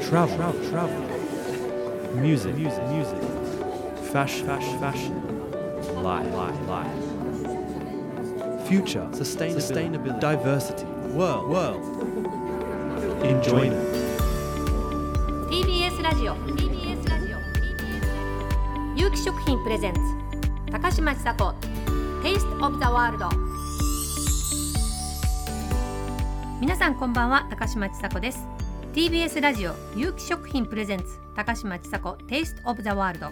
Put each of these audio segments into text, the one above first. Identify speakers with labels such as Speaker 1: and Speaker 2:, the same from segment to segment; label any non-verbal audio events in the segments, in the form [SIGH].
Speaker 1: travel, travel, travel. Music, music, music. Fashion, fashion, fashion. Life, life, life. Future, sustainability, diversity, world, world. Enjoyment.
Speaker 2: TBS ラジオ TBS ラジオ TBS 有機食品プレゼンツ高嶋ちさ子 Taste of the World 皆さんこんばんは高嶋ちさ子です TBS ラジオ有機食品プレゼンツ高嶋ちさ子 Taste of the World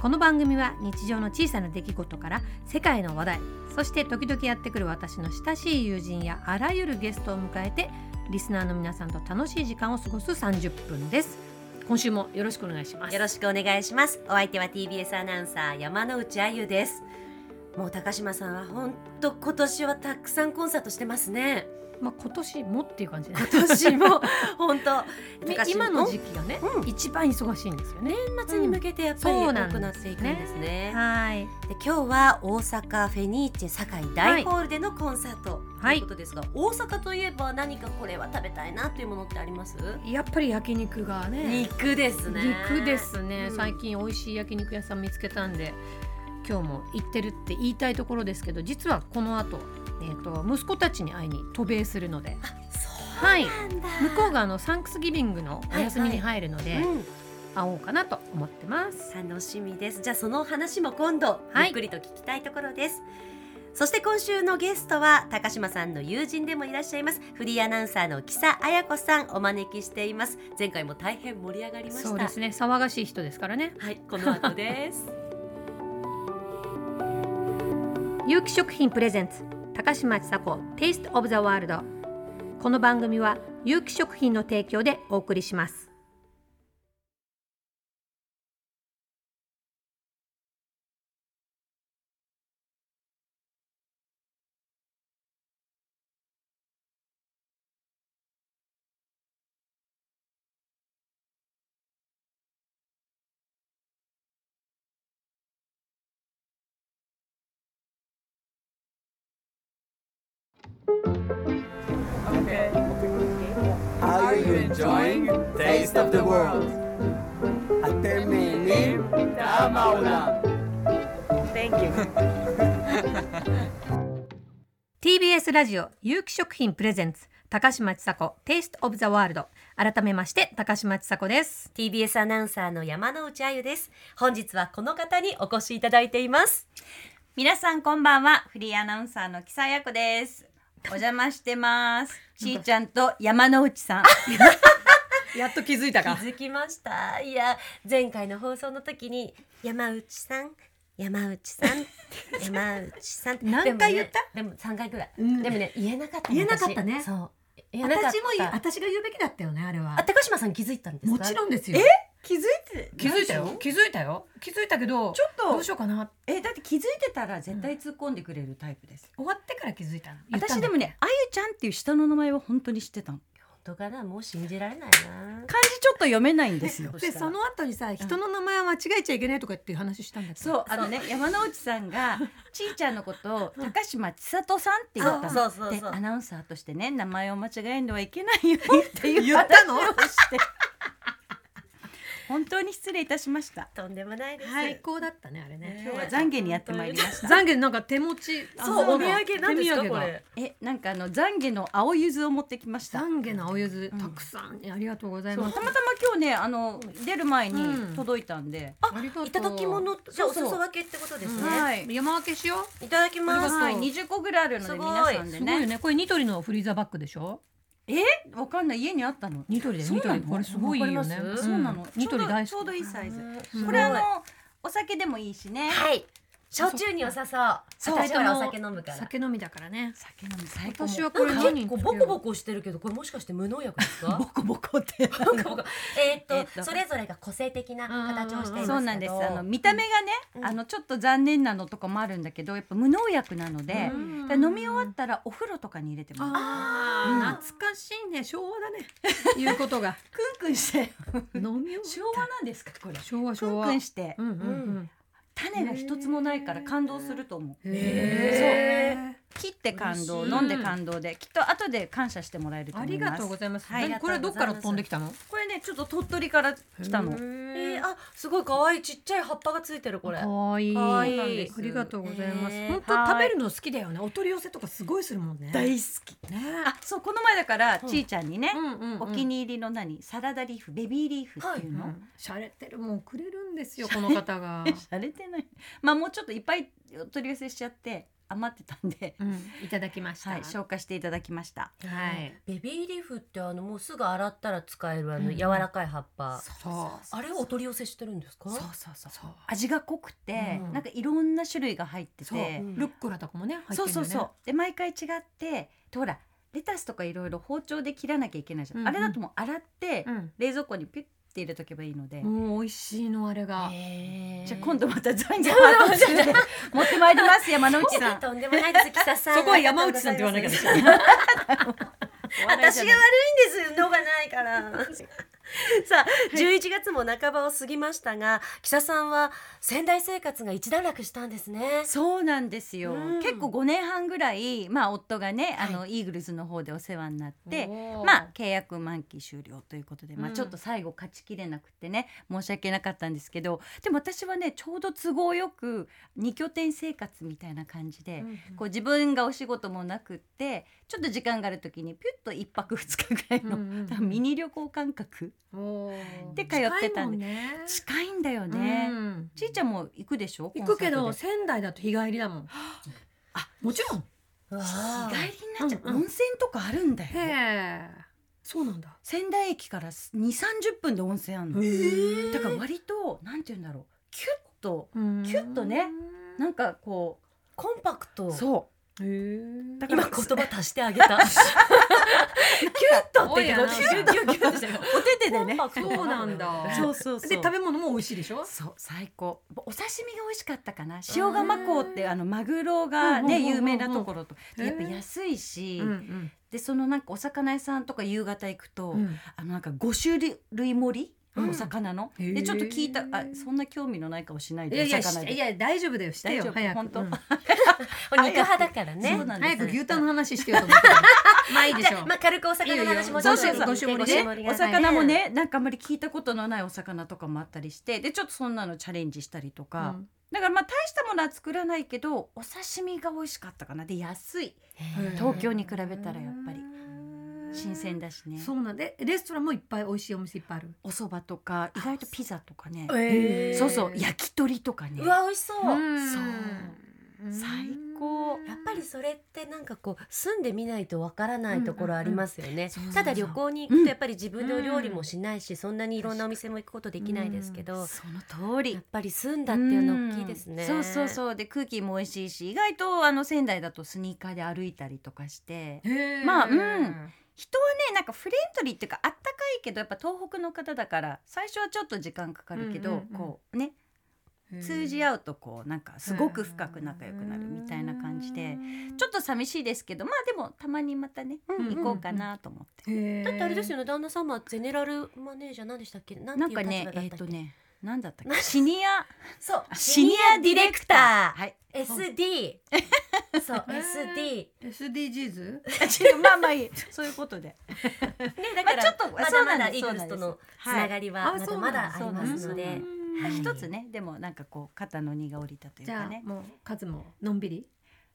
Speaker 2: この番組は日常の小さな出来事から世界の話題そして時々やってくる私の親しい友人やあらゆるゲストを迎えてリスナーの皆さんと楽しい時間を過ごす30分です今週もよろしくお願いします
Speaker 3: よろしくお願いします。お相手は TBS アナウンサー山之内あゆです。もう高島さんは本当今年はたくさんコンサートしてますね。
Speaker 2: まあ、今年もっていう感じで
Speaker 3: 今年も本当
Speaker 2: [LAUGHS] み
Speaker 3: 高島
Speaker 2: 今の時
Speaker 3: 期
Speaker 2: 期がね、
Speaker 3: うん
Speaker 2: 一番忙しいんですよね。
Speaker 3: 年末に向けてやっぱり
Speaker 2: うんそ
Speaker 3: 多
Speaker 2: うなんです
Speaker 3: くなっていくんですね。
Speaker 2: はい、
Speaker 3: で今日は大阪フェニーチェ堺大ホールでのコンサートと
Speaker 2: はい
Speaker 3: いうことですが、大阪といえば何かこれは食べたいなというものってあります？
Speaker 2: やっぱり焼肉がね。
Speaker 3: 肉ですね。
Speaker 2: 肉ですね、
Speaker 3: うん
Speaker 2: 最近美味しい焼肉屋さん見つけたんで。今日も行ってるって言いたいところですけど、実はこの後、えっ、と、息子たちに会いに渡米するので。
Speaker 3: そう
Speaker 2: はい、
Speaker 3: なんだ。
Speaker 2: 向こうがあのサンクスギビングのお休みに入るので、
Speaker 3: うん
Speaker 2: 会おうかなと思ってます。
Speaker 3: 楽しみですじゃあその話も今度、
Speaker 2: はい
Speaker 3: ゆっくりと聞きたいところですそして今週のゲストは高島さんの友人でもいらっしゃいますフリーアナウンサーの木佐彩子さんお招きしています前回も大変盛り上がりました
Speaker 2: そうですね、騒がしい人ですからね。
Speaker 3: はいこの後です
Speaker 2: [LAUGHS] 有機食品プレゼンツ高嶋ちさ子 Taste of the World この番組は有機食品の提供でお送りします
Speaker 4: Are you enjoying Taste of the World? אתם נהנים טעם העולם.
Speaker 2: TBS ラジオ有機食品プレゼンツ高嶋ちさ子 Taste of the World 改めまして高嶋ちさ子です
Speaker 3: TBS アナウンサーの山之内あゆです本日はこの方にお越しいただいています
Speaker 5: 皆さんこんばんはフリーアナウンサーの木佐彩子ですお邪魔して [LAUGHS] ますちーちゃんと山之内さんやっと気づいた
Speaker 3: 気づきましたいや前回の放送の時に山内さん山内さん山内さん
Speaker 2: 何回言った
Speaker 3: でも,、三回ぐらい、でもね言えなかったの
Speaker 6: 言えなかったね
Speaker 3: 私そう言えなかった
Speaker 6: 私も言う私が言うべきだったよねあれ
Speaker 3: あ
Speaker 6: は
Speaker 3: 高島さん気づいたんです
Speaker 6: も
Speaker 3: か
Speaker 6: ちろんですよ
Speaker 5: 気づいて
Speaker 6: 気づいたよ気づいたよ気づいたけど
Speaker 5: ちょっと
Speaker 6: どうしようかな
Speaker 5: えだって気づいてたら絶対突っ込んでくれるタイプです、
Speaker 6: 終わってから気づいたの
Speaker 5: 私でもねあゆちゃんっていう下の名前は本当に知ってたの
Speaker 3: 本当かなもう信じられないな
Speaker 5: 漢字ちょっと読めないんですよ
Speaker 6: でその後にさ人の名前は間違えちゃいけないとかっていう話したんだけど
Speaker 5: そうあのね山之内さんがちーちゃんのことを高島千里さんって言ったの
Speaker 3: そうそう
Speaker 5: で
Speaker 3: そう
Speaker 5: アナウンサーとしてね名前を間違えるのはいけないよっていう
Speaker 6: 言ったの
Speaker 5: 話を [LAUGHS] して本当に失礼いたしました
Speaker 3: とんでもないです、
Speaker 6: 最高だったねあれね
Speaker 5: 今日は懺悔にやってまいりました
Speaker 6: 懺悔なんか手持ち
Speaker 3: そうお土産なんですかこ
Speaker 6: が
Speaker 3: れ
Speaker 5: えなんかあの懺悔の青柚子を持ってきました
Speaker 6: 懺悔の青ゆずたくさんありがとうござい
Speaker 5: そう
Speaker 6: ま
Speaker 5: た
Speaker 6: す
Speaker 5: またま今日ねあの出る前
Speaker 6: うん
Speaker 5: に届いたんで、
Speaker 6: ありがとう
Speaker 3: いただき物じゃあお
Speaker 5: そうそう
Speaker 3: 裾分けってことですね、
Speaker 5: はい
Speaker 6: 山分けしよ
Speaker 3: いただき
Speaker 6: あり
Speaker 3: ま
Speaker 6: が
Speaker 3: す
Speaker 6: とう
Speaker 5: はい20個ぐらいあるのです
Speaker 3: ごい
Speaker 5: 皆さん
Speaker 6: う
Speaker 5: です
Speaker 6: ごいよ
Speaker 5: ね
Speaker 6: ねこれニトリのフリーザーバッグでしょ
Speaker 5: わかんない家にあったの
Speaker 6: ニトリだよ
Speaker 5: そう
Speaker 6: ニ
Speaker 5: な
Speaker 6: ト
Speaker 5: の
Speaker 6: リこれすごいよね
Speaker 3: わかります
Speaker 6: ん
Speaker 5: そうなの
Speaker 6: ニトリ大
Speaker 5: ちょ
Speaker 6: 好
Speaker 5: うど
Speaker 6: き
Speaker 5: いいサイズ
Speaker 6: うん
Speaker 5: これあのお酒でもいいしね
Speaker 3: はい焼酎に良さそ
Speaker 6: そ
Speaker 3: う
Speaker 6: う
Speaker 3: 私ほらお酒飲むから
Speaker 6: 酒飲みだからね
Speaker 5: 酒飲み最高
Speaker 6: 私はこ
Speaker 3: な
Speaker 6: れ
Speaker 3: んか
Speaker 6: 何
Speaker 3: 結構ボコボ
Speaker 6: コ
Speaker 3: コしてるけどこれもしかして無農薬ですか
Speaker 5: コボコ [LAUGHS] って
Speaker 3: なんか僕 [LAUGHS] えーっと、
Speaker 5: えーっと
Speaker 3: それぞれが個性的な形をしていますけど、
Speaker 5: そうなんですあの見た目がね、
Speaker 3: うん
Speaker 5: あのちょっと残念なのとかもあるんだけどやっぱ無農薬なので、だから飲み終わったらお風呂とかに入れてます
Speaker 6: あー懐かしいね昭和だねいうことが
Speaker 5: クンクンして
Speaker 6: 飲み
Speaker 5: [LAUGHS]
Speaker 6: 終
Speaker 5: 昭
Speaker 6: わ
Speaker 5: 和なんですかこ
Speaker 6: [LAUGHS]
Speaker 5: れ
Speaker 6: 昭和
Speaker 5: ク
Speaker 6: 昭
Speaker 5: ン
Speaker 6: 和
Speaker 5: クンして
Speaker 6: うんうんうん
Speaker 5: 種が一つもないから感動すると思う、
Speaker 6: へ
Speaker 3: ー
Speaker 6: え
Speaker 5: 切って感動飲んで感動できっと後で感謝してもらえると
Speaker 2: あ
Speaker 5: 思い
Speaker 2: り
Speaker 5: ます
Speaker 2: がとうございます。
Speaker 3: はい
Speaker 2: 何これどっから飛んできたの？
Speaker 5: これねちょっと鳥取から来たの
Speaker 3: えー、あすごい可愛いちっちゃい葉っぱがついてるこれ。
Speaker 2: 可愛い
Speaker 3: 可
Speaker 2: あ
Speaker 3: 愛い
Speaker 2: りがとうございます。
Speaker 3: えー
Speaker 2: 本
Speaker 5: は
Speaker 2: 当
Speaker 5: い
Speaker 2: 食べるの好きだよね。お取り寄せとかすごいするもんね。
Speaker 5: 大好きねあそうこの前だから
Speaker 3: うん
Speaker 5: ちーちゃんにね
Speaker 2: うんうんうん
Speaker 5: お気に入りの何サラダリーフベビーリーフっていう
Speaker 2: う
Speaker 5: の
Speaker 2: ん洒落てるもんくれるんですよこの方が。
Speaker 5: されてないまあもうちょっといっぱいお取り寄せしちゃって余ってたんで
Speaker 2: [LAUGHS] うんいただきました。
Speaker 5: はい消化していただきました
Speaker 2: はい。
Speaker 3: ベビーリーフってあのもうすぐ洗ったら使えるあ
Speaker 2: うん
Speaker 3: の
Speaker 2: うん
Speaker 3: 柔らかい葉っぱ。
Speaker 2: そう
Speaker 3: あれをお取り寄せしてるんですか？
Speaker 2: そうそうそうそう。
Speaker 5: 味が濃くて
Speaker 2: うん
Speaker 5: なんかいろんな種類が入って
Speaker 2: そう
Speaker 5: て
Speaker 3: ん
Speaker 2: ルッコラとかもね入ってる
Speaker 5: そ
Speaker 2: よ
Speaker 5: う
Speaker 2: ね。
Speaker 5: そうそうで毎回違ってでほらレタスとかいろいろ包丁で切らなきゃいけないじゃん、
Speaker 2: うんうん
Speaker 5: あれだともう洗って、
Speaker 2: うん。
Speaker 5: 冷蔵庫にピュッて入れとけばいいので、
Speaker 2: もう美味しいのあれが。
Speaker 5: じゃあ今度またザ
Speaker 2: [LAUGHS]
Speaker 5: ンジャパートして持ってまいります山
Speaker 3: [LAUGHS]
Speaker 5: 之内さん
Speaker 3: とんでもないです。木田さん。
Speaker 2: そこは山内さんって言わなきゃいけない。
Speaker 3: 私が悪いんですのがないから。 [LAUGHS] さあ、11月も半ばを過ぎましたが、木佐さんは仙台生活が一段落したんですね。
Speaker 5: そうなんですよ、
Speaker 3: うん
Speaker 5: 結構5年半ぐらい、まあ、夫がね、あのイーグルスの方でお世話になって
Speaker 2: おー
Speaker 5: まあ、契約満期終了ということで、まあ、
Speaker 2: うん
Speaker 5: ちょっと最後勝ちきれなくてね申し訳なかったんですけどでも私はねちょうど都合よく2拠点生活みたいな感じで、こう自分がお仕事もなくってちょっと時間がある時にピュッと1泊2日ぐらいの、
Speaker 2: うんうん
Speaker 5: 多分 [LAUGHS] ミニ旅行感覚
Speaker 2: おー
Speaker 5: で通ってたん
Speaker 2: 近いも
Speaker 5: で
Speaker 2: ね
Speaker 5: 近いんだよね。
Speaker 2: うん
Speaker 5: ちいちゃんも行くでしょ
Speaker 2: 行くけ
Speaker 5: コ
Speaker 2: ど
Speaker 5: ンサ
Speaker 2: 仙台だと日帰りだもん。あもちろん。
Speaker 3: うわ
Speaker 5: ー
Speaker 3: あ
Speaker 5: トで日帰りになっちゃう、
Speaker 2: うんうん
Speaker 5: 温泉とかあるんだよ。
Speaker 2: へえ。そうなんだ。
Speaker 5: 仙台駅から2、30分で温泉あるの。
Speaker 2: え
Speaker 5: だから割と、なんて言うんだろう。キュッと、
Speaker 2: キ
Speaker 5: キュッとね。なんかこ
Speaker 3: コンパクト
Speaker 5: う。。そ
Speaker 2: へえ。
Speaker 5: だか
Speaker 3: 今言葉足してあげた。キュッとって言うのキュ
Speaker 2: 多いよな
Speaker 3: ッキュッキュッとしてる。
Speaker 5: う。お手手でね
Speaker 3: コ。ンパクト
Speaker 2: そうなん
Speaker 5: [LAUGHS]
Speaker 2: だ。
Speaker 5: そうそうそう。
Speaker 2: で食べ物も美味しいでしょ。
Speaker 5: そう最高お刺身が美味しかったかな塩釜港ってあのマグロが
Speaker 2: うん
Speaker 5: ね
Speaker 2: うんうんうん
Speaker 5: 有名なところと
Speaker 2: へー
Speaker 5: でやっぱ安いし、
Speaker 2: ん
Speaker 5: でそのなんかお魚屋さんとか夕方行くと、
Speaker 2: うん。
Speaker 5: あのなんか5種類盛
Speaker 2: う
Speaker 5: り、
Speaker 2: ん
Speaker 5: お魚の
Speaker 2: へ
Speaker 5: で
Speaker 2: ー
Speaker 5: ちょっと聞いたあそんな興味のない顔しない
Speaker 2: い
Speaker 5: で
Speaker 2: やいや
Speaker 5: お魚
Speaker 2: し
Speaker 5: で
Speaker 2: いや大丈夫だよして
Speaker 5: 大丈
Speaker 2: よ
Speaker 5: 夫
Speaker 2: 早く。
Speaker 5: 本当
Speaker 2: うん
Speaker 3: お肉派だからね。
Speaker 5: そうなんです
Speaker 2: 早く牛タンの話してよと思
Speaker 5: [LAUGHS]
Speaker 2: ってた。まあいいで
Speaker 3: じ
Speaker 2: し
Speaker 3: ゃ
Speaker 2: ょ
Speaker 3: あ、
Speaker 2: う
Speaker 3: ま。あ、軽くお魚の話も
Speaker 5: そうそうそう
Speaker 3: ごしょ
Speaker 2: ご
Speaker 3: ご
Speaker 2: し
Speaker 3: し
Speaker 2: ょ
Speaker 3: ょ
Speaker 2: ぼ
Speaker 3: ぼ
Speaker 5: で
Speaker 3: り
Speaker 5: お魚も。ねなんかあんまり聞いたことのないお魚とかもあったりしてでちょっとそんなのチャレンジしたりとか、
Speaker 2: うん
Speaker 5: だからまあ大したものは作らないけどお刺身が美味しかったかなで安い
Speaker 2: うん
Speaker 5: 東京に比べたらやっぱり新鮮だしね
Speaker 2: そうなんでレストランもいっぱい美味しいお店いっぱいある。
Speaker 5: お蕎麦とか意外とピザとかね
Speaker 2: え
Speaker 5: そうそう焼き鳥とかね
Speaker 3: うわ、美味しそう。
Speaker 2: ん
Speaker 5: そう
Speaker 2: うん
Speaker 5: 最高
Speaker 3: やっぱりそれってなんかこう住んでみないとわからないところありますよね
Speaker 5: うんうんうん。
Speaker 3: ただ旅行に行く
Speaker 5: うん
Speaker 3: とやっぱり自分でお料理もしないし、そんなにいろんなお店も行くことできないですけど、
Speaker 5: その通り
Speaker 3: やっぱり住んだっていうの大きいですね。
Speaker 5: うんそうそうそうで空気も美味しいし意外とあの仙台だとスニーカーで歩いたりとかして
Speaker 2: へー
Speaker 5: まあうん。人はねなんかフレンドリーっていうかあったかいけどやっぱ東北の方だから最初はちょっと時間かかるけど、
Speaker 2: うんうんうん
Speaker 5: こうね通じ合うとこうなんかすごく深く仲良くなるみたいな感じでちょっと寂しいですけどまあでもたまにまたね、
Speaker 2: んうん
Speaker 5: 行こうかなと思って、
Speaker 2: へー。
Speaker 3: だってあれですよね旦那様はゼネラルマネージャーなんでしたっけ？な
Speaker 5: なん
Speaker 3: てい
Speaker 5: んか
Speaker 3: う立
Speaker 5: ね
Speaker 3: 場だ
Speaker 5: え
Speaker 3: っ
Speaker 5: った
Speaker 3: っけ
Speaker 5: とねなんだったっけシニア
Speaker 3: そう
Speaker 5: あ
Speaker 3: シニアディレクタ
Speaker 5: はい
Speaker 3: ー SD そう SD
Speaker 2: SDGs。
Speaker 5: まあまあいい [LAUGHS] そういうことで
Speaker 3: ねだか
Speaker 5: まあ
Speaker 3: ら
Speaker 5: ちょっと
Speaker 3: ま
Speaker 5: そ
Speaker 3: だ
Speaker 5: うな
Speaker 3: ま
Speaker 5: んで
Speaker 3: だ
Speaker 5: す
Speaker 3: イーグルスとのつながりは
Speaker 2: は
Speaker 3: ま
Speaker 2: いあ
Speaker 3: だ
Speaker 2: そう
Speaker 3: ま
Speaker 2: なんだ
Speaker 3: だありますの
Speaker 5: そうな
Speaker 3: で
Speaker 5: んだ。
Speaker 2: うん
Speaker 5: まあ
Speaker 3: はい
Speaker 5: 一つねでもなんかこう肩の荷が下りたという
Speaker 2: じ
Speaker 5: か
Speaker 2: ゃ
Speaker 5: ね
Speaker 2: あもう数ものんびり。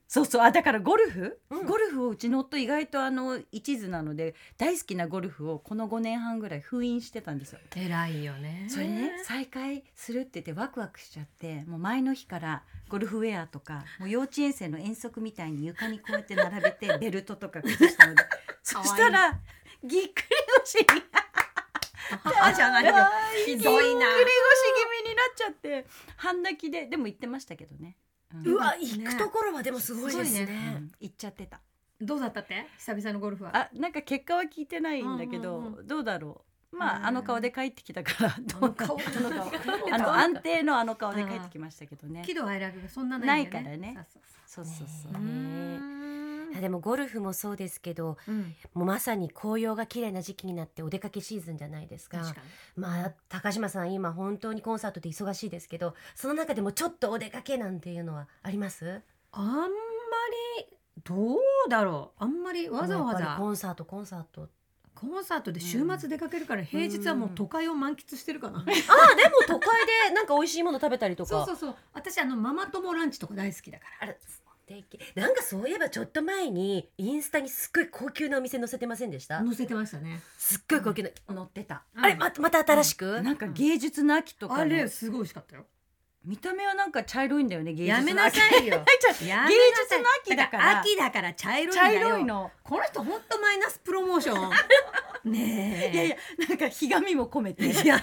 Speaker 5: そうそうあだからゴルフ、
Speaker 3: うん
Speaker 5: ゴルフをうちの夫意外とあの一途なので大好きなゴルフをこの5年半ぐらい封印してたんですよ。
Speaker 2: 偉いよね
Speaker 5: それね再開するって言ってワクワクしちゃってもう前の日からゴルフウェアとかもう幼稚園生の遠足みたいに床にこうやって並
Speaker 2: [LAUGHS]
Speaker 5: べてベルトとか崩したのでそしたらぎっくり腰に
Speaker 2: あじゃないよ。ひどいな
Speaker 5: ぎっくり腰気味になっちゃって半泣きででも行ってましたけどね。うん
Speaker 3: うわ行くところはでもすごいです
Speaker 2: すごい
Speaker 5: うん
Speaker 3: ね。
Speaker 5: 行っちゃってた。
Speaker 2: どうだったって久々のゴルフは。
Speaker 5: あなんか結果は聞いてないんだけど、
Speaker 2: うんうん
Speaker 5: どうだろうまああの顔で帰ってきたからどう
Speaker 2: あ
Speaker 5: な
Speaker 2: の顔
Speaker 5: あの顔あの安定のあの顔で帰ってきましたけどね
Speaker 2: 喜怒哀楽がそんなないんだよ
Speaker 5: ないからね
Speaker 2: そうそう
Speaker 5: そうそうそ
Speaker 3: ね
Speaker 2: そ
Speaker 5: う、
Speaker 2: ううん
Speaker 3: いやでもゴルフもそうですけど
Speaker 2: うん
Speaker 3: もうまさに紅葉が綺麗な時期になってお出かけシーズンじゃないですか
Speaker 2: 確か
Speaker 3: まあ高島さん今本当にコンサートで忙しいですけどその中でもちょっとお出かけなんていうのはあります
Speaker 2: あんまりどうだろうあんまりわざ
Speaker 3: や
Speaker 2: わ
Speaker 3: っぱり
Speaker 2: ざ
Speaker 3: コンサートコンサート
Speaker 2: コンサートで週末出かけるから平日はもう都会を満喫してるかな、
Speaker 3: ああでも都会でなんか美味しいもの食べたりとか
Speaker 2: そうそうそう私あのママ友ランチとか大好きだから
Speaker 3: あら素敵なんかそういえばちょっと前にインスタにすっごい高級なお店載せてませんでした
Speaker 2: 載せてましたね
Speaker 3: すっごい高級な、
Speaker 5: 乗ってた
Speaker 3: あれままた新しく、
Speaker 5: なんか芸術の秋とかの
Speaker 2: あれすごい美味しかったよ
Speaker 5: 見た目はなんか茶色いんだよね
Speaker 2: [LAUGHS]
Speaker 5: 芸
Speaker 2: や
Speaker 5: 術
Speaker 2: め
Speaker 5: の
Speaker 2: な
Speaker 5: [LAUGHS] 秋
Speaker 2: さいよやめなさい
Speaker 5: 芸術の秋だから
Speaker 2: 秋だから茶色いん
Speaker 5: 茶
Speaker 2: だよ
Speaker 5: 色いの
Speaker 2: この人ほんとマイナスプロモーションねえ
Speaker 5: いやいやなんかひがみも込めて
Speaker 2: いや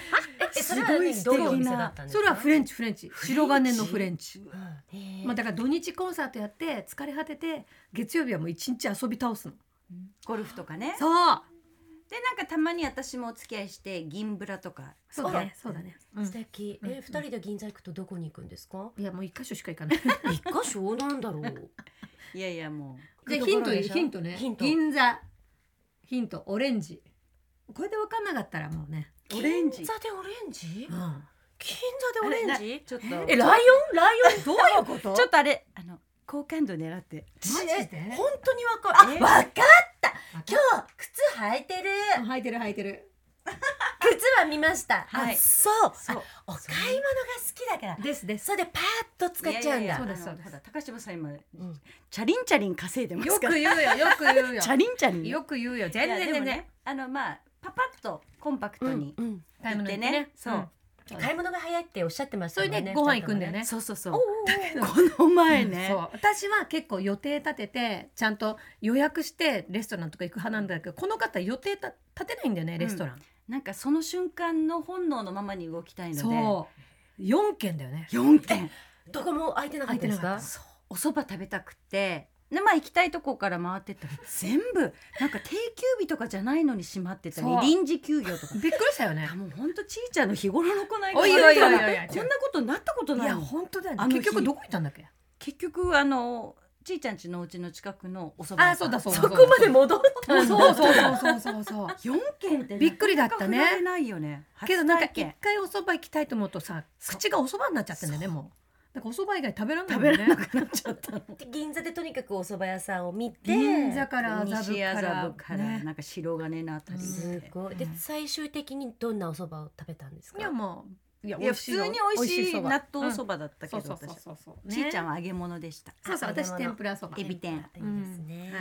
Speaker 3: えそれは
Speaker 5: すごい
Speaker 3: 何
Speaker 5: 素
Speaker 3: どう
Speaker 5: 敵な
Speaker 3: いうお店だったんです
Speaker 2: そ
Speaker 3: か
Speaker 2: れはフレンチフレンチ白金のフレンチ
Speaker 3: へー
Speaker 2: まあだから土日コンサートやって疲れ果てて月曜日はもう一日遊び倒すの
Speaker 5: ゴルフとかね
Speaker 2: そう
Speaker 5: でなんかたまに私もお付き合いして銀ブラとか
Speaker 2: そうだね
Speaker 3: そ
Speaker 2: そうう
Speaker 3: だ
Speaker 2: だね、
Speaker 3: 素敵、え二人で銀座行くとどこに行くんですか
Speaker 2: いやもう一箇所しか行かない
Speaker 3: 一箇所なん [LAUGHS] だろう
Speaker 5: いやいやも
Speaker 2: じゃあヒント
Speaker 3: 行くところでしょ
Speaker 2: ヒントね
Speaker 3: ヒント
Speaker 2: 銀座ヒントオレンジこれで分かんなかったらもうね、
Speaker 5: うオレンジ
Speaker 3: 銀座でオレンジ
Speaker 2: うん、
Speaker 3: 銀座でオレン
Speaker 5: あれな
Speaker 3: ジ
Speaker 5: ちょっと
Speaker 3: えライオンライオンどういうこ
Speaker 2: [LAUGHS]
Speaker 5: ちょっとあれあの好感度狙って
Speaker 2: マジで
Speaker 3: 本当にわかる
Speaker 5: え
Speaker 3: あわかった
Speaker 2: わか
Speaker 3: 今日靴履いてる
Speaker 2: 履いてる履いてる
Speaker 3: 靴は見ました
Speaker 5: はい
Speaker 3: あそう
Speaker 5: そう
Speaker 3: あお買い物が好きだから
Speaker 2: ですです
Speaker 3: それでパーッと使っちゃうん
Speaker 5: いやいやいや
Speaker 2: そう
Speaker 3: だ
Speaker 2: です
Speaker 5: あの
Speaker 2: そうです
Speaker 5: ほら高島さん今
Speaker 3: ん
Speaker 5: チャリンチャリン稼いでま
Speaker 2: よ
Speaker 5: すか
Speaker 2: く
Speaker 5: [LAUGHS] ら
Speaker 2: 言うよよく言うよ
Speaker 5: チャリンチャリン
Speaker 2: よく言うよ
Speaker 5: い
Speaker 2: 全
Speaker 5: や
Speaker 2: 然
Speaker 5: で
Speaker 2: 全
Speaker 5: も
Speaker 2: 然
Speaker 5: ねあのまあパパッとコンパクトに
Speaker 3: うんうん
Speaker 2: 買い
Speaker 5: 行っ
Speaker 2: 物行
Speaker 5: て
Speaker 2: って
Speaker 5: ね,、
Speaker 2: ね
Speaker 5: そう、
Speaker 2: うん
Speaker 3: 買い物が早いっておっしゃってまし
Speaker 2: そ
Speaker 3: た
Speaker 2: れ
Speaker 3: もんね
Speaker 2: でご飯行くんだよ
Speaker 3: 二人とも
Speaker 2: ね
Speaker 5: そうそうそう
Speaker 3: お
Speaker 5: この前ね、
Speaker 2: そう私は結構予定立ててちゃんと予約してレストランとか行く派なんだけどこの方予定た立てないんだよねレストラン、
Speaker 5: なんかその瞬間の本能のままに動きたいので
Speaker 2: そう4軒だよね
Speaker 5: 4軒
Speaker 3: どこも空いてなかったですか
Speaker 2: 空いてなかった
Speaker 5: お蕎麦食べたくてでまあ行きたいとこから回ってったら全部なんか定休日とかじゃないのに閉まってたり
Speaker 2: そう
Speaker 5: 臨時休業とか
Speaker 2: びっくりしたよね
Speaker 5: あもうほんとちいちゃんの日頃のこない
Speaker 2: おいおいおいおい
Speaker 5: こんなことなったこと
Speaker 2: い
Speaker 5: ない
Speaker 2: や
Speaker 5: もん
Speaker 2: 本当だよ
Speaker 5: あ
Speaker 2: ね
Speaker 5: の日
Speaker 2: 結局どこ行ったんだっけ
Speaker 5: 結局あのちいちゃん家のお家の近くのお蕎麦
Speaker 2: あそうだそうだ
Speaker 3: そこまで戻っ
Speaker 2: そ
Speaker 3: た
Speaker 2: うそうそうそうそう
Speaker 5: [LAUGHS]
Speaker 2: そう
Speaker 5: 4軒って
Speaker 2: びっくりだったね
Speaker 5: なかなか振られないよね
Speaker 2: けどなんか
Speaker 5: 初体
Speaker 2: 一
Speaker 5: 験
Speaker 2: 回お蕎麦行きたいと思うとさ口がお蕎麦になっちゃってんだよねもうだからお蕎麦以外食べらんないも
Speaker 5: 食
Speaker 2: ん
Speaker 5: べ
Speaker 2: ね
Speaker 5: られなくなっちゃったの
Speaker 3: 銀座でとにかくお蕎麦屋さんを見て
Speaker 2: 銀座から麻布
Speaker 5: 西
Speaker 2: か
Speaker 5: 麻
Speaker 2: ら
Speaker 5: 布から、
Speaker 2: ね
Speaker 5: なんか白金のあたり
Speaker 3: すごいで最終的にどんなお蕎麦を食べたんですか
Speaker 2: いやもういや
Speaker 5: いや普通に美味しい納豆そ
Speaker 2: ば
Speaker 5: ばだったけ
Speaker 2: そうそ
Speaker 5: ど、
Speaker 2: うそう
Speaker 5: 私
Speaker 2: そうそう
Speaker 5: ちいちゃん
Speaker 2: は
Speaker 5: は揚げ物でした。
Speaker 2: そうそう
Speaker 3: 揚げ物
Speaker 2: 私天ぷらそば
Speaker 5: エビ天。
Speaker 3: いいですね、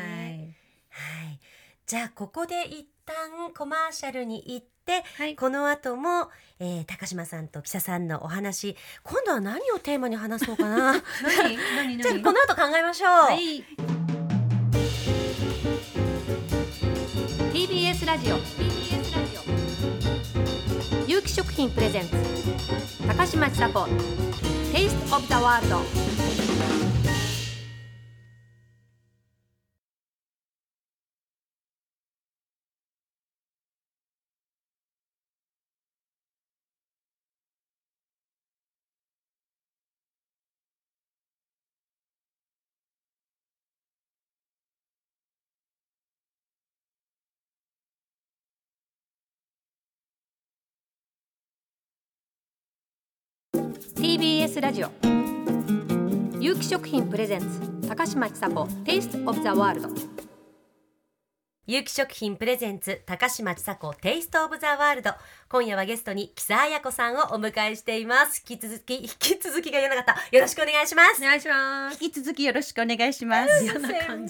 Speaker 2: はい
Speaker 3: はい、じゃあここで一旦コマーシャルに行って、
Speaker 2: はい
Speaker 3: この後も、えー、高島さんと記者さんのお話今度は何をテーマに話そうかな
Speaker 2: [LAUGHS] 何何
Speaker 3: じゃあ
Speaker 2: 何
Speaker 3: この後考えましょう、
Speaker 2: はい
Speaker 6: TBS ラジオ TBS ラジオ有機食品プレゼンツ高嶋ちさ子 Taste of the World
Speaker 2: TBS ラジオ有機食品プレゼンツ高嶋ちさ子 Taste of the World
Speaker 3: 有機食品プレゼンツ高嶋千佐子テイストオブザワールド今夜はゲストに木佐彩子さんをお迎えしています引き続き引き続きが言えなかったよろしくお願いします
Speaker 2: お願いします
Speaker 5: 引き続きよろしくお願いします。
Speaker 3: [LAUGHS] 先輩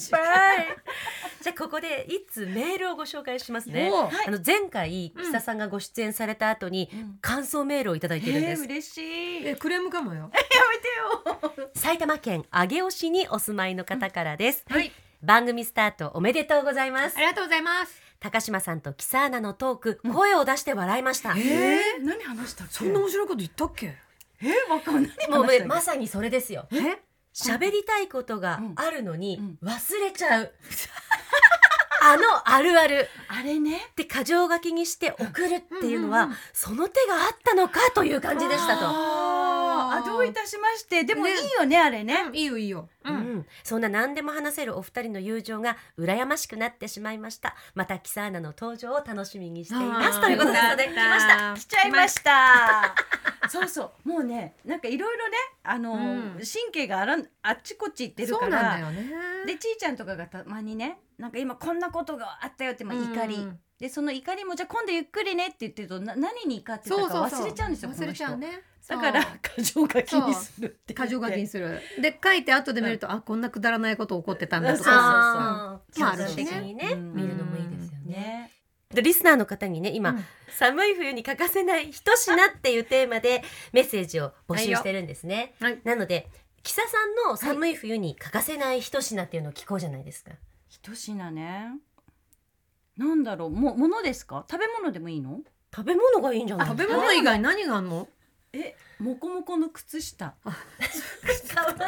Speaker 3: じゃあここでいつメールをご紹介しますね。
Speaker 2: おう
Speaker 3: あの前回木佐さんがご出演された後に感想メールをいただいているんです。
Speaker 5: 嬉しい。
Speaker 2: えクレームかもよ
Speaker 3: 埼玉県上尾市にお住まいの方からです。
Speaker 2: はい
Speaker 3: 番組スタートおめでとうございます
Speaker 2: あ。りがとうございます
Speaker 3: 高島さんと木佐アナのトーク、声を出して笑いました。
Speaker 5: えー、何話したっけ？
Speaker 2: そんな面白いこと言ったっけ
Speaker 5: えー、わかんない。
Speaker 3: もうね
Speaker 5: 話したっけ
Speaker 3: まさにそれですよ。
Speaker 2: え
Speaker 3: 喋りたいことがあるのに
Speaker 5: ん
Speaker 3: 忘れちゃう。 [LAUGHS] あのあるある。
Speaker 5: あれね。
Speaker 3: で箇条書きにして送るっていうのは、その手があったのかという感じでしたと。
Speaker 5: ああどういたしましてでもい
Speaker 2: ね
Speaker 5: いよねあれね、
Speaker 2: うんいいよいいよ、う、
Speaker 3: うんん、そんな何でも話せるお二人の友情が羨ましくなってしまいましたまたキサーナの登場を楽しみにしていますということですので来ました
Speaker 5: 来ちゃいました。 [LAUGHS] そうそう、もうね、なんかいろいろね、あの、
Speaker 2: うん
Speaker 5: 神経があらん、あっちこっち行ってる
Speaker 2: そ
Speaker 5: か
Speaker 2: うなんだ
Speaker 5: ら。
Speaker 2: よね
Speaker 5: で、ちいちゃんとかがたまにね、なんか今こんなことがあったよって、まあ
Speaker 2: うん
Speaker 5: 怒り。で、その怒りも、じゃ、あ今度ゆっくりねって言ってると、な、何に怒ってたか
Speaker 2: そうそうそう
Speaker 5: 忘れちゃうんですよ。
Speaker 2: 忘れちゃう
Speaker 5: この人
Speaker 2: ね
Speaker 5: だから、
Speaker 2: そう
Speaker 5: 過剰書きにするって言って。
Speaker 2: 過剰書きにするで書いて後で見ると、あこんなくだらないこと起こってたんだと
Speaker 5: そうそうそう
Speaker 2: か
Speaker 3: あー
Speaker 2: まあ
Speaker 3: 客観的にね、
Speaker 5: うん
Speaker 3: 見るのもいいですよね。
Speaker 5: ね。
Speaker 3: でリスナーの方にね今、
Speaker 2: うん
Speaker 3: 寒い冬に欠かせない一品っていうテーマでメッセージを募集してるんですね。
Speaker 2: はいよ
Speaker 3: なのでキサさんの寒い冬に欠かせない一品っていうのを聞こうじゃないですか。
Speaker 5: 一品ね。なんだろう、も、ものですか。食べ物でもいいの。
Speaker 3: 食べ物がいいんじゃない
Speaker 2: 食べ
Speaker 3: [LAUGHS]
Speaker 2: 物以外何があんの
Speaker 5: え、もこもこの靴下。
Speaker 3: かわ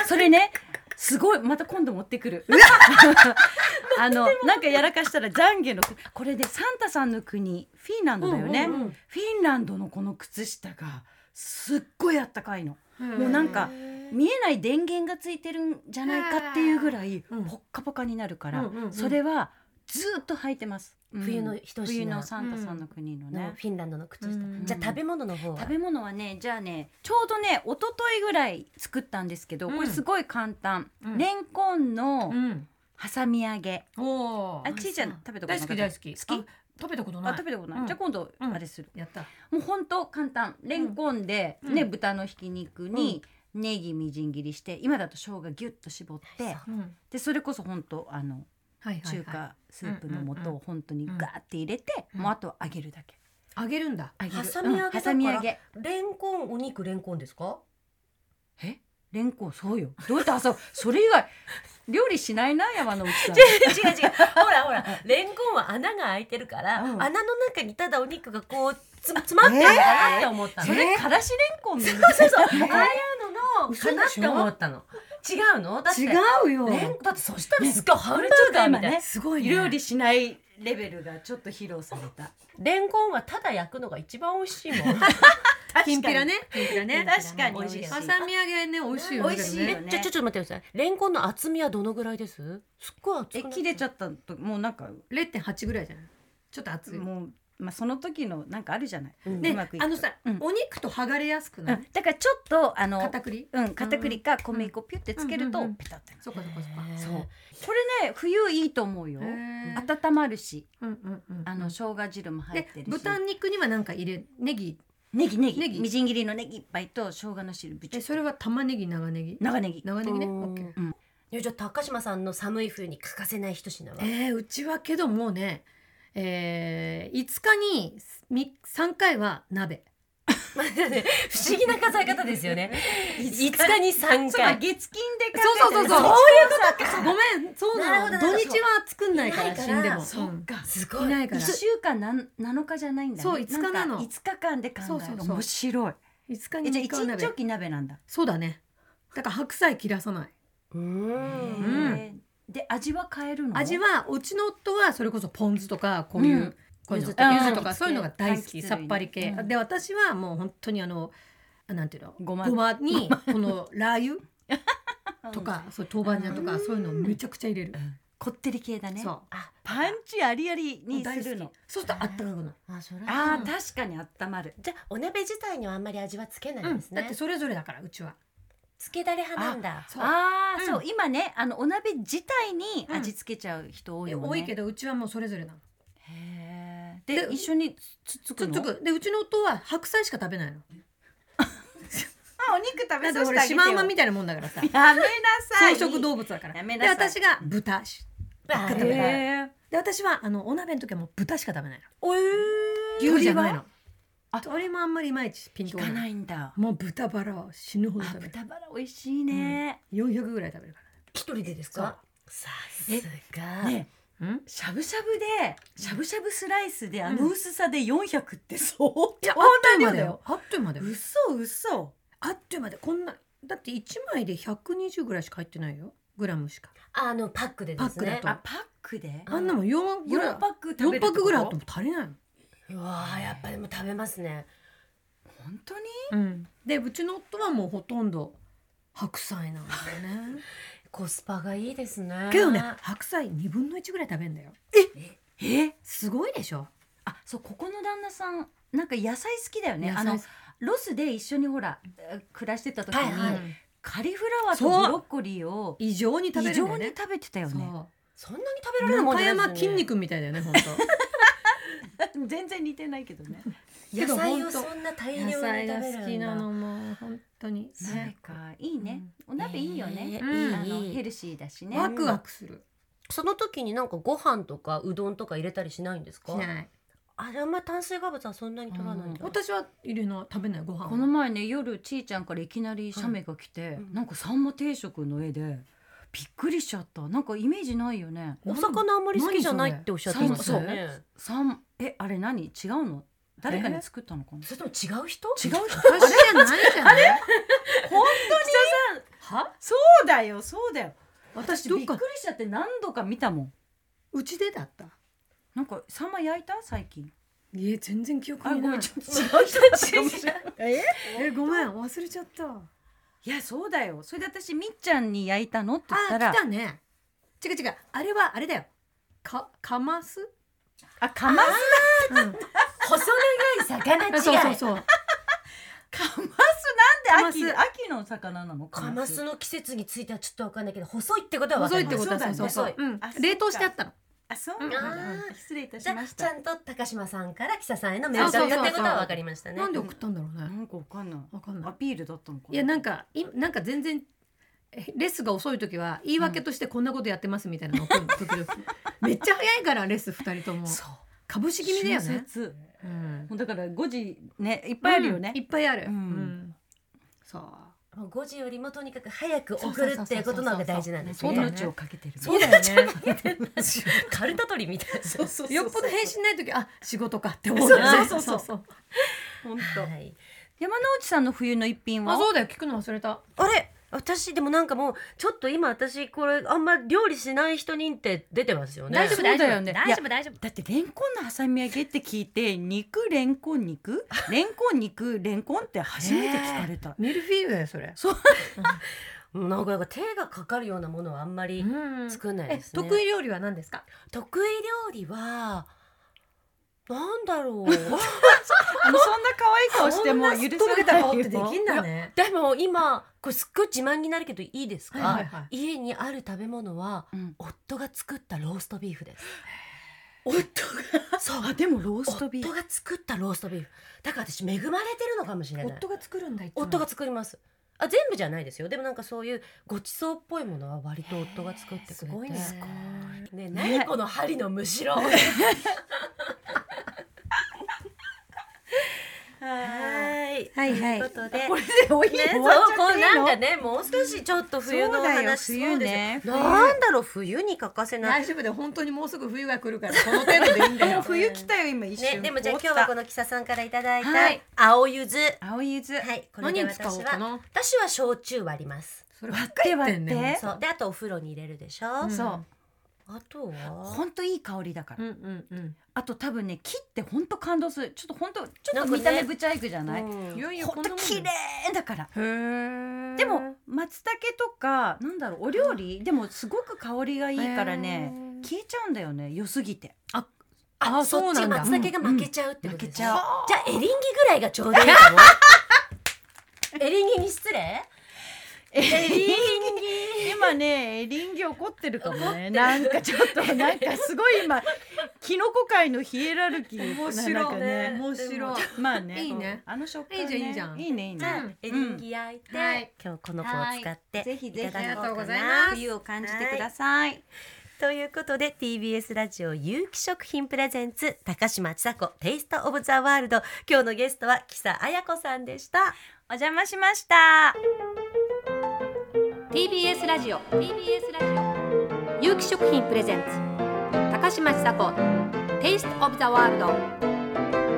Speaker 3: いい
Speaker 5: それね、すごい、また今度持ってくる。 [LAUGHS] あの、なんかやらかしたら、懺悔の、これでサンタさんの国、フィンランドだよね。
Speaker 3: うんうんうん
Speaker 5: フィンランドのこの靴下が、すっごいあったかいの。もうなんか、見えない電源がついてるんじゃないかっていうぐらい、
Speaker 2: うん
Speaker 5: ポッカポカになるから、
Speaker 2: うんうんうん
Speaker 5: それは。ずっと履いてます。うん
Speaker 3: 冬の一品
Speaker 5: 冬のサンタさんの国の
Speaker 3: の
Speaker 5: ね。
Speaker 3: フィンランドの靴下、
Speaker 2: うん
Speaker 3: じゃあ食べ物の方は
Speaker 5: 食べ物はねじゃあねちょうどね一昨日ぐらい作ったんですけど、
Speaker 2: うん
Speaker 5: これすごい簡単、
Speaker 2: うん
Speaker 5: レンコンの
Speaker 2: うん
Speaker 5: ハサミ揚げ、
Speaker 2: おー
Speaker 5: あちいちゃん食べたことな
Speaker 2: 大
Speaker 5: い
Speaker 2: 好き大好き
Speaker 5: 好き
Speaker 2: あ食べたことな
Speaker 5: あ
Speaker 2: い
Speaker 5: 食べたことない、
Speaker 2: うん
Speaker 5: じゃあ今度
Speaker 2: うん
Speaker 5: あれする、
Speaker 2: やった
Speaker 5: もうほんと簡単レンコンで、ね
Speaker 2: うん
Speaker 5: 豚のひき肉にネギみじん切りして今だと生姜ギュッと絞って、
Speaker 3: そう
Speaker 2: うん
Speaker 5: でそれこそほんとあの
Speaker 2: はいはい
Speaker 5: 中
Speaker 2: は
Speaker 5: 華スープの
Speaker 2: うんうんう
Speaker 5: 素
Speaker 2: ん
Speaker 5: を本当にガーって入れて、
Speaker 2: うん
Speaker 5: もうあとは揚げるだけ
Speaker 2: い揚げるんだ
Speaker 5: 揚げる
Speaker 3: ハサミ揚げだから
Speaker 5: うんハサミ揚げ
Speaker 3: レンコンお肉レンコンですか
Speaker 5: えレンコンそうよどうやって朝それ以外料理しないな山の内さん
Speaker 3: 違う違うほらほらレンコンは穴が開いてるから、
Speaker 5: うん
Speaker 3: 穴の中にただお肉がこうつ詰まってるのかなって思ったの、
Speaker 5: それからしレンコンで
Speaker 3: そうそうそうああいうののかなって思ったの違うのだって
Speaker 2: 違うよ
Speaker 3: レンだってそしたらすっごいハンバーガーみたいな、
Speaker 5: ね
Speaker 2: すごいね
Speaker 5: 料理しないレベルがちょっと披露された
Speaker 3: レンコンはただ焼くのが一番美味しいもん
Speaker 2: きんぴらねきんぴらね
Speaker 5: 確かに
Speaker 3: 美味しい
Speaker 2: ハサミ揚げね美味しいよね
Speaker 5: 美味しい
Speaker 2: でもね
Speaker 5: よね
Speaker 3: じゃあちょっと待ってくださいレンコンの厚みはどのぐらいですすっごい厚
Speaker 5: え
Speaker 3: くない
Speaker 5: 切れちゃったともうなんか
Speaker 2: 0.8ぐらいじゃないちょっと熱い
Speaker 5: もうまあその時のなんかあるじゃない、
Speaker 3: うん
Speaker 5: う
Speaker 2: で
Speaker 5: まくいく
Speaker 2: あのさ
Speaker 5: うん
Speaker 2: お肉と剥がれやすく
Speaker 5: う
Speaker 2: ない
Speaker 5: んだからちょっとあの
Speaker 2: 片栗
Speaker 5: うん片栗か小麦粉ピュってつけると
Speaker 2: うんうんうん
Speaker 5: ペタってなる
Speaker 2: そっかそっかそっか
Speaker 5: そうこれね冬いいと思うよ
Speaker 2: へー
Speaker 5: 温まるし
Speaker 2: うんうんうん
Speaker 5: あの生姜汁も入っ
Speaker 2: で
Speaker 5: てるし
Speaker 2: 豚肉には何か入れネギ
Speaker 5: ネギネギ
Speaker 2: ネギ
Speaker 5: みじん切りのネギいっぱいと生姜の汁ぶち
Speaker 2: えそれは玉ねぎ長ネギ
Speaker 5: 長ネギ
Speaker 2: 長ネギね
Speaker 3: うん
Speaker 2: オッケー
Speaker 3: いやじゃあ高島さんの寒い冬に欠かせない一品は
Speaker 2: えーうちはけどもうねえー、5日にみ3回は鍋
Speaker 3: まあね [LAUGHS] 不思議な数え方ですよね。5日に3
Speaker 5: そうか
Speaker 3: 回。
Speaker 5: 月金で考
Speaker 2: そうそうそう
Speaker 5: えた
Speaker 2: そ
Speaker 5: ら
Speaker 2: う
Speaker 5: そう
Speaker 2: いうことかごめんそう
Speaker 3: な
Speaker 2: な
Speaker 3: る
Speaker 2: の
Speaker 3: ほどなる
Speaker 2: 土
Speaker 3: ほど
Speaker 2: 日は作んないか
Speaker 3: いな
Speaker 2: ら
Speaker 3: いから
Speaker 2: 死んでも
Speaker 5: そっか
Speaker 3: す
Speaker 2: うんいないから
Speaker 5: 一週間なん七日じゃないんだ、ね。
Speaker 2: そう5日なの
Speaker 5: んか五日間で考える
Speaker 2: そうそうそう
Speaker 5: 面白い。
Speaker 2: 5日
Speaker 5: え
Speaker 2: に
Speaker 5: じゃあ
Speaker 2: 2
Speaker 5: 一
Speaker 2: 回は
Speaker 5: 日
Speaker 2: 鍋
Speaker 5: おき鍋なんだ。
Speaker 2: そうだねだから白菜切らさない
Speaker 3: うん。
Speaker 5: へーで味は変えるの？
Speaker 2: 味はうちの夫はそれこそポン酢とかこういう、
Speaker 5: うん
Speaker 2: こういうの
Speaker 5: 柚子
Speaker 2: 柚子と
Speaker 5: とかうん
Speaker 2: かそういうのが大好
Speaker 5: 柑橘類
Speaker 2: き
Speaker 5: ね
Speaker 2: さっぱり系、
Speaker 5: うん
Speaker 2: で私はもう本当にあのあなんていうの
Speaker 5: ごま
Speaker 2: にこのラー
Speaker 5: うん
Speaker 2: 油とか、そう豆板醤とかそういうのめちゃくちゃ入れる、
Speaker 5: こってり系だね。
Speaker 2: そう
Speaker 3: あ、
Speaker 5: パンチありありに
Speaker 2: 大
Speaker 5: する
Speaker 2: 好
Speaker 5: の
Speaker 2: き。そうするとあったかくなる、
Speaker 3: あ、それ
Speaker 5: ああ確かに温まる。
Speaker 3: じゃあお鍋自体にはあんまり味はつけな
Speaker 2: う
Speaker 3: いん
Speaker 2: ん
Speaker 3: です
Speaker 2: だ
Speaker 3: ね。
Speaker 2: ってそれぞれだからうちは
Speaker 3: つけだれ派なんだ。
Speaker 2: そう
Speaker 5: ああ、
Speaker 2: うん
Speaker 5: そう今ねあのお鍋自体に味付けちゃう人多いよね。
Speaker 2: 多いけ
Speaker 5: ど。
Speaker 2: どうちはもうそれぞれなの
Speaker 5: で
Speaker 2: で
Speaker 5: 一緒につっつ
Speaker 2: つ
Speaker 5: く
Speaker 2: っ
Speaker 5: の。
Speaker 2: つくでうちの夫は白菜しか食べないの
Speaker 5: あお肉食
Speaker 2: だって
Speaker 5: させ
Speaker 2: 俺シ
Speaker 5: て
Speaker 2: マ
Speaker 5: あ
Speaker 2: ウ
Speaker 5: げて
Speaker 2: マ
Speaker 5: よ
Speaker 2: みたいなもんだからさ
Speaker 5: やめなさい。
Speaker 2: 草食動物だから
Speaker 5: やめ
Speaker 2: で
Speaker 5: なさい
Speaker 2: 私が豚し
Speaker 3: あ
Speaker 2: 食べ
Speaker 3: ー
Speaker 2: たい
Speaker 5: へー
Speaker 2: で私はあのお鍋の時はもう豚しか食べない
Speaker 3: おえ
Speaker 2: の牛じゃないの
Speaker 5: あ
Speaker 2: 鳥もあんまりいまいちピンと
Speaker 5: 聞
Speaker 2: こな
Speaker 5: か
Speaker 2: い
Speaker 5: ないんだ。
Speaker 2: もう豚バラは死ぬほど
Speaker 5: あ
Speaker 2: 食べる
Speaker 5: 豚バラ美味しいね。
Speaker 2: 400ぐらい食べるか
Speaker 3: 一人でですかさすが。
Speaker 5: ね
Speaker 2: らね
Speaker 5: しゃぶしゃぶでしゃぶしゃぶスライスであの薄さで400って相
Speaker 2: いや
Speaker 5: 当
Speaker 2: あっという
Speaker 5: な
Speaker 2: 間
Speaker 5: 量
Speaker 2: だよあっという間だよ
Speaker 5: 嘘嘘
Speaker 2: あっという間でこんなだって1枚で120ぐらいしか入ってないよグラムしか
Speaker 3: あのパックでですね。
Speaker 2: パッ
Speaker 5: あパックで
Speaker 2: あんなもん4ぐらい
Speaker 5: 4パック食べる
Speaker 2: 4パックぐらいあって
Speaker 5: と
Speaker 2: も足りないの
Speaker 3: うわーやっぱでも食べますね。
Speaker 5: 本当に
Speaker 2: うん、でうちの夫はもうほとんど白菜なんだよね
Speaker 3: コスパがいいですね
Speaker 2: けどね白菜2分の1ぐらい食べんだよ
Speaker 5: え
Speaker 2: すごいでしょ
Speaker 5: あそうここの旦那さんなんか野菜好きだよね
Speaker 2: 野
Speaker 5: あ
Speaker 2: 菜
Speaker 5: のロスで一緒にほらえー暮らしてた時に、
Speaker 3: はいはい
Speaker 5: カリフラワーと
Speaker 2: そう
Speaker 5: ブロッコリーを
Speaker 2: 異常に
Speaker 5: 異
Speaker 2: 食べるんだ
Speaker 5: 常
Speaker 2: よ
Speaker 5: に
Speaker 2: ね
Speaker 5: 食べてたよね
Speaker 3: そんなに食べら
Speaker 2: そう
Speaker 3: れるもん
Speaker 2: 中
Speaker 3: じゃない
Speaker 2: 山
Speaker 3: です
Speaker 2: 筋
Speaker 3: よね
Speaker 2: 肉みたいだよね本
Speaker 5: 全然似てないけど
Speaker 2: [LAUGHS]
Speaker 5: ね
Speaker 2: けど
Speaker 3: 野菜を
Speaker 2: 本当
Speaker 3: そんな大
Speaker 2: 当
Speaker 3: 量に
Speaker 2: 野
Speaker 3: 食べ
Speaker 2: 菜
Speaker 3: る
Speaker 2: が
Speaker 3: んだ
Speaker 2: 好きなのも本当に
Speaker 5: なん
Speaker 2: ね
Speaker 5: かいいね、お鍋いいよね、
Speaker 3: うん
Speaker 5: あの
Speaker 3: いいいい
Speaker 5: ヘルシーだしね
Speaker 2: ワクワクする
Speaker 3: その時になんかご飯とかうどんとか入れたりしないんです
Speaker 2: し
Speaker 3: か
Speaker 2: ない
Speaker 3: あれあんま炭水化物はそんなに取らないんだ、
Speaker 2: 私は入れない食べないご飯
Speaker 5: この前ね夜ちーちゃんからいきなり写メが来て、
Speaker 3: うん
Speaker 5: なんかサンマ定食の絵でびっくりしちゃったなんかイメージないよね
Speaker 3: お魚あんまり好きじゃないっておっしゃってましたよね
Speaker 5: サンえあれ何違うの誰かに作ったのかな
Speaker 3: それとも違う人
Speaker 5: 違う
Speaker 2: [LAUGHS]
Speaker 5: 人
Speaker 2: あれじゃないじゃない
Speaker 5: はそうだよそうだよ私
Speaker 2: 私
Speaker 5: び
Speaker 2: ど
Speaker 5: っ
Speaker 2: っ
Speaker 5: く
Speaker 2: か
Speaker 5: りしちゃって何度か見たもん
Speaker 2: うちでだった
Speaker 5: なんかサンマ焼いた最近
Speaker 2: いえ全然記憶
Speaker 5: あご
Speaker 2: にな
Speaker 5: め
Speaker 2: い
Speaker 5: んちょっと違う人だったかもしれない
Speaker 2: えごめん忘れちゃった
Speaker 5: [LAUGHS] いやそうだよそれで私みっちゃんに焼いたのって言った
Speaker 2: あ
Speaker 5: ら
Speaker 2: 来たね違う違うあれはあれだよかかます
Speaker 5: あかます
Speaker 3: [LAUGHS] 細長い魚
Speaker 2: あそうそうそう
Speaker 5: かますなんで秋
Speaker 2: か
Speaker 5: 秋の魚なの
Speaker 3: カマスの季節についてはちょっとわかんないけど細いってことはわか
Speaker 2: 細い
Speaker 3: る
Speaker 2: ってことは
Speaker 5: あ
Speaker 2: そうそう
Speaker 5: そう
Speaker 2: そ
Speaker 5: だ
Speaker 2: う
Speaker 5: よね、
Speaker 2: うん
Speaker 5: あそうか
Speaker 2: 冷凍してあったの
Speaker 5: あそう
Speaker 2: なん
Speaker 3: だ
Speaker 5: 失礼いた
Speaker 3: じゃあちゃんと高島さんから記者さんへのメール
Speaker 2: そう
Speaker 3: だ
Speaker 2: そ
Speaker 3: った
Speaker 2: うそ
Speaker 3: っ
Speaker 2: う
Speaker 3: てことはわかりましたね
Speaker 2: なんで送ったんだろう
Speaker 5: な
Speaker 2: ね
Speaker 5: んかわかんない
Speaker 2: わかんな
Speaker 5: ア
Speaker 2: い
Speaker 5: ピールだったのかない
Speaker 2: いやなんかいなんか全然えレッスンが遅い時は言い訳としてこんなことやってますみたいなの送るの時々めっちゃ早いからレッスン2人とも
Speaker 5: そう
Speaker 2: 株式気味だよ
Speaker 5: 春
Speaker 2: ね、
Speaker 5: 節
Speaker 2: うん、いっ
Speaker 5: もうだから5時ねいっぱいあるよね、
Speaker 2: いっぱいある、
Speaker 5: うん
Speaker 2: そう
Speaker 3: もう5時よりもとにかく早く送るっていうことの方が大事なんです
Speaker 2: そうだ
Speaker 3: ね
Speaker 2: ね
Speaker 5: 命をかけてるね
Speaker 2: そうだよね
Speaker 3: カルタ取りみたいなそうそう
Speaker 2: よっぽど返信ない時あ仕事かって思う
Speaker 5: そうそうそう
Speaker 2: そう
Speaker 5: 本
Speaker 3: はい
Speaker 5: 山之内さんの冬の一品は
Speaker 2: あそうだよ聞くの忘れた
Speaker 3: あれ私でもなんかもうちょっと今私これあんま料理しない人にって出てますよね
Speaker 5: 大丈夫
Speaker 3: そうだ
Speaker 5: 大丈
Speaker 3: よ
Speaker 5: 夫
Speaker 3: ね
Speaker 5: 大丈夫大丈夫だってレンコンの挟み揚げって聞いて肉レンコン肉レンコン肉レンコンって初めて聞かれた、
Speaker 2: ミルフィーユだよそれ
Speaker 5: そう
Speaker 3: なんかなんか手がかかるようなものはあんまり
Speaker 2: うん
Speaker 3: 作んない
Speaker 2: え
Speaker 3: ですね、
Speaker 2: 得意料理は何ですか
Speaker 3: 得意料理はなんだろう
Speaker 5: あのそんな可愛い顔してもう許
Speaker 2: すっ
Speaker 5: さ
Speaker 2: とぼけた顔ってできんだね
Speaker 3: でも今これすっごい自慢になるけどいいですか、
Speaker 2: はいはいはい
Speaker 3: 家にある食べ物は
Speaker 5: うん
Speaker 3: 夫が作ったローストビーフです
Speaker 5: 夫がそうあでもローストビー
Speaker 3: 夫
Speaker 5: フ
Speaker 3: が作ったローストビーフだから私恵まれてるのかもしれない
Speaker 2: 夫が作るんだいつも
Speaker 3: 夫が作りますあ全部じゃないですよでもなんかそういうごちそうっぽいものは割と夫が作ってくれて
Speaker 2: すごいね
Speaker 3: ね
Speaker 5: ね
Speaker 3: 何この針のむしろはい
Speaker 2: はいはい
Speaker 3: ということで
Speaker 5: これでおい
Speaker 3: ね、そう
Speaker 5: 終
Speaker 3: こ
Speaker 5: わ
Speaker 3: う
Speaker 5: っちゃっていい
Speaker 3: なん
Speaker 5: の
Speaker 3: かねもう少しちょっと冬のお話
Speaker 5: そ
Speaker 3: そうう
Speaker 5: だ
Speaker 3: です
Speaker 5: よ
Speaker 3: よ
Speaker 5: 冬ね
Speaker 3: なんだろう冬に欠かせない、
Speaker 2: 大丈夫だよ本当にもうすぐ冬が来るからこの程度でいいんだ
Speaker 5: もう
Speaker 2: [LAUGHS] よ
Speaker 5: 冬来たよ今一瞬、
Speaker 3: ね、でもじゃあ今日はこ
Speaker 5: の
Speaker 3: の木佐さんからいただいた
Speaker 5: はい
Speaker 3: 青ゆずはい、
Speaker 5: 青い柚
Speaker 3: こ
Speaker 5: 子、
Speaker 3: れで
Speaker 2: 何に使お
Speaker 3: 私
Speaker 2: うか
Speaker 3: は
Speaker 2: な
Speaker 3: 私は焼酎割ります
Speaker 2: そればっかり言ってん
Speaker 5: 割っ
Speaker 2: ね
Speaker 5: て
Speaker 3: そうであとお風呂に入れるでしょ、
Speaker 2: うん
Speaker 5: そう
Speaker 3: あとは
Speaker 5: ほんといい香りだから、
Speaker 2: うんうんうん
Speaker 5: あと多分ね木ってほんと感動するちょっとほんとちょ
Speaker 3: な
Speaker 5: っ
Speaker 3: んか
Speaker 5: と
Speaker 3: ね
Speaker 5: 見た目ブチャイクじゃない、
Speaker 3: うん
Speaker 2: いよいよ
Speaker 5: ほ
Speaker 2: こ
Speaker 5: ん
Speaker 2: ん
Speaker 5: と
Speaker 2: なもん
Speaker 5: 綺麗だから
Speaker 2: へえ
Speaker 5: でも松茸とかなんだろうお料理でもすごく香りがいいからね消えちゃうんだよね良すぎて
Speaker 3: あ
Speaker 2: あ
Speaker 3: そ
Speaker 2: そう
Speaker 3: っ
Speaker 2: な
Speaker 3: ち
Speaker 2: んだ
Speaker 3: 松茸が負けちゃうってこと
Speaker 5: 負け
Speaker 3: です
Speaker 5: ち
Speaker 3: ね、
Speaker 5: ゃう
Speaker 3: じゃあエリンギぐらいがちょうどいいかも [LAUGHS] エリンギに失礼エ [LAUGHS] リンギ
Speaker 5: 今ねエリンギ怒ってるかもねなんかちょっと [LAUGHS] なんかすごい今キノコ界のヒエラルキー
Speaker 2: 面白
Speaker 5: なん
Speaker 2: い
Speaker 5: か
Speaker 2: ね面
Speaker 3: で
Speaker 2: 白
Speaker 3: も
Speaker 2: い
Speaker 5: まあね
Speaker 2: いいね
Speaker 5: あの食感、ね、
Speaker 2: いいじゃんいいじゃん
Speaker 5: いいねいいね、
Speaker 2: うん
Speaker 3: エリンギ焼いて、
Speaker 2: はい
Speaker 3: 今日この子を使って
Speaker 5: ぜひぜ
Speaker 3: いた
Speaker 5: ひ
Speaker 3: だこうかな
Speaker 2: ありがとうございます
Speaker 5: 冬を感じてください
Speaker 3: ということで TBS ラジオ有機食品プレゼンツ高嶋千佐子テイストオブザワールド今日のゲストは木佐彩子さんでした
Speaker 5: お邪魔しました
Speaker 6: TBS ラジオ TBS ラジオ有機食品プレゼンツ高嶋ちさ子 Taste of the World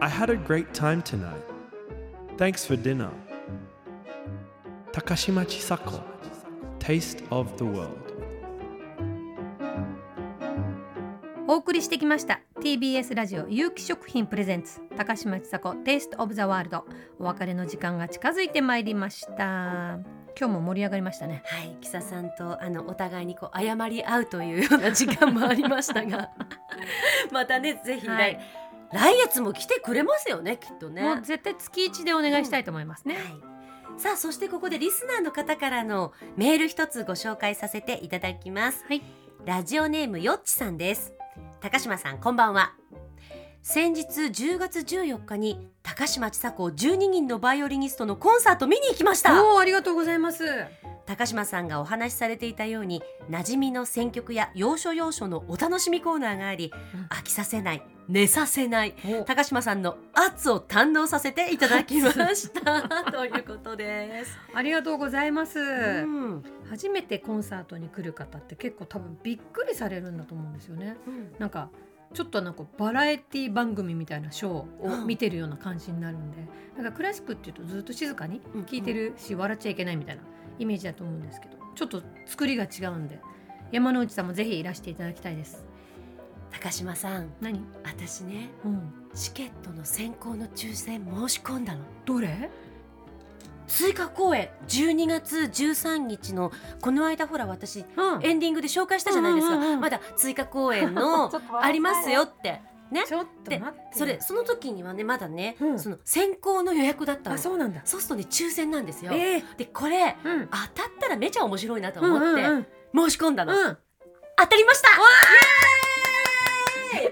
Speaker 1: I had a great time tonight. Thanks for dinner. Takashimachi Sako, Taste of the World.
Speaker 2: お送りしてきました TBS ラジオ有機食品プレゼンツ高嶋ちさ子テイストオブザワールドお別れの時間が近づいてまいりました今日も盛り上がりましたね
Speaker 3: はい、キサさんとあのお互いにこう謝り合うというような時間もありました
Speaker 2: [LAUGHS]
Speaker 3: が、またねぜひ来、
Speaker 2: はい
Speaker 3: 来月も来てくれますよねきっとね。
Speaker 2: もう絶対月一でお願いしたいと思いますね、
Speaker 3: はい、さあそしてここでリスナーの方からのメール一つご紹介させていただきます、
Speaker 2: はい
Speaker 3: ラジオネームよっちさんです高島さんこんばんは先日10月14日に高島千佐子12人のバイオリニストのコンサート見に行きました
Speaker 2: おおありがとうございます
Speaker 3: 高島さんがお話しされていたように馴染みの選曲や要所要所のお楽しみコーナーがあり、
Speaker 2: うん
Speaker 3: 飽きさせない寝させない
Speaker 2: お
Speaker 3: 高島さんの圧を堪能させていただきましたということです。
Speaker 2: ありがとうございます、
Speaker 3: うん
Speaker 2: 初めてコンサートに来る方って結構多分びっくりされるんだと思うんですよねなんかちょっとなんかバラエティ番組みたいなショーを見てるような感じになるんで、なんかクラシックっていうとずっと静かに
Speaker 3: うん
Speaker 2: 聴いてるし、笑っちゃいけないみたいなイメージだと思うんですけどちょっと作りが違うんで山之内さんもぜひいらしていただきたいです
Speaker 3: 高島さん
Speaker 2: 何、
Speaker 3: 私ね
Speaker 2: うん、
Speaker 3: チケットの先行の抽選申し込んだの
Speaker 2: どれ
Speaker 3: 追加公演12月13日のこの間ほら私
Speaker 2: うん
Speaker 3: エンディングで紹介したじゃないですか、
Speaker 2: うんうんうんうん
Speaker 3: まだ追加公演
Speaker 2: [LAUGHS]
Speaker 3: のありますよってね
Speaker 2: ちょっと待って
Speaker 3: それその時にはねまだね、
Speaker 2: うん
Speaker 3: その先行の予約だったの
Speaker 2: あ
Speaker 3: そう
Speaker 2: そうなんだ
Speaker 3: するとね抽選なんですよ、
Speaker 2: ええ
Speaker 3: でこれ
Speaker 2: うん
Speaker 3: 当たったらめちゃ面白いなと思って、
Speaker 2: うんうん
Speaker 3: 申し込んだの、
Speaker 2: うん、うん
Speaker 3: 当たりました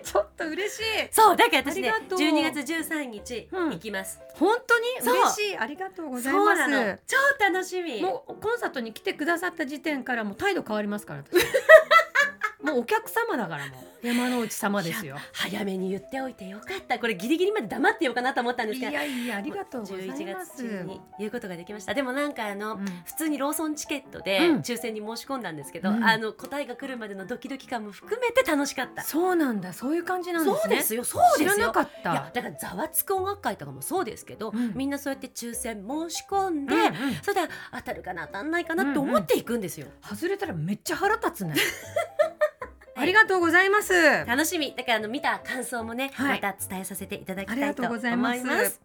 Speaker 2: ちょっと嬉しい
Speaker 3: そうだから私ね
Speaker 2: ありがとう
Speaker 3: 12月13日
Speaker 2: うん
Speaker 3: 行きます、
Speaker 2: 本当に
Speaker 3: そう
Speaker 2: 嬉しいありがとうござい
Speaker 3: そう
Speaker 2: ま
Speaker 3: なの
Speaker 2: す
Speaker 3: 超楽しみ
Speaker 2: もうコンサートに来てくださった時点からもう態度変わりますから [LAUGHS] 私もうお客様だからもう山之内様ですよ
Speaker 3: 早めに言っておいてよかったこれギリギリまで黙ってようかなと思ったんです
Speaker 2: い
Speaker 3: けど
Speaker 2: やいやありがとうございます
Speaker 3: 11月中に言うことができましたでもなんかあの、
Speaker 2: うん
Speaker 3: 普通にローソンチケットで
Speaker 2: うん
Speaker 3: 抽選に申し込んだんですけど、
Speaker 2: うん
Speaker 3: あの答えが来るまでのドキドキ感も含めて楽しかった。
Speaker 2: そうなんだそういう感じなんですね
Speaker 3: そうですよ、そうですよ。
Speaker 2: 知らなかっ
Speaker 3: いや
Speaker 2: た
Speaker 3: だからざわつく音楽会とかもそうですけど、
Speaker 2: うん
Speaker 3: みんなそうやって抽選申し込んで、
Speaker 2: うんうん
Speaker 3: それで当たるかな当たんないかなって思っていくんですよ。
Speaker 2: 外れたらめっちゃ腹立つねありがとうございます
Speaker 3: 楽しみだからあの見た感想もね、
Speaker 2: はい
Speaker 3: また伝えさせていただき
Speaker 2: あり
Speaker 3: た
Speaker 2: が
Speaker 3: い
Speaker 2: と
Speaker 3: と
Speaker 2: う
Speaker 3: 思
Speaker 2: ご
Speaker 3: い
Speaker 2: ざいま
Speaker 3: ますす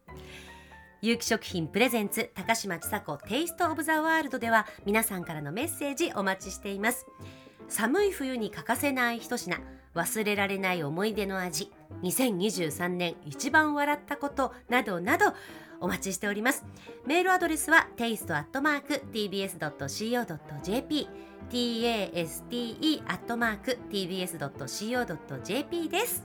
Speaker 3: 有機食品プレゼンツ高嶋ちさ子テイストオブザワールドでは皆さんからのメッセージお待ちしています寒い冬に欠かせない一品忘れられない思い出の味2023年一番笑ったことなどなどお待ちしておりますメールアドレスは taste.tbs.co.jp taste.tbs.co.jp です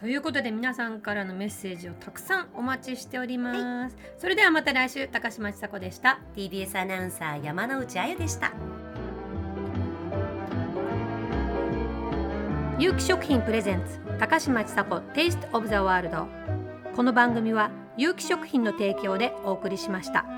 Speaker 2: ということで皆さんからのメッセージをたくさんお待ちしております、それではまた来週高島千佐子でした
Speaker 3: TBS アナウンサー山之内あゆでした
Speaker 2: 有機食品プレゼンツ高嶋ちさ子テイストオブザワールドこの番組は有機食品の提供でお送りしました。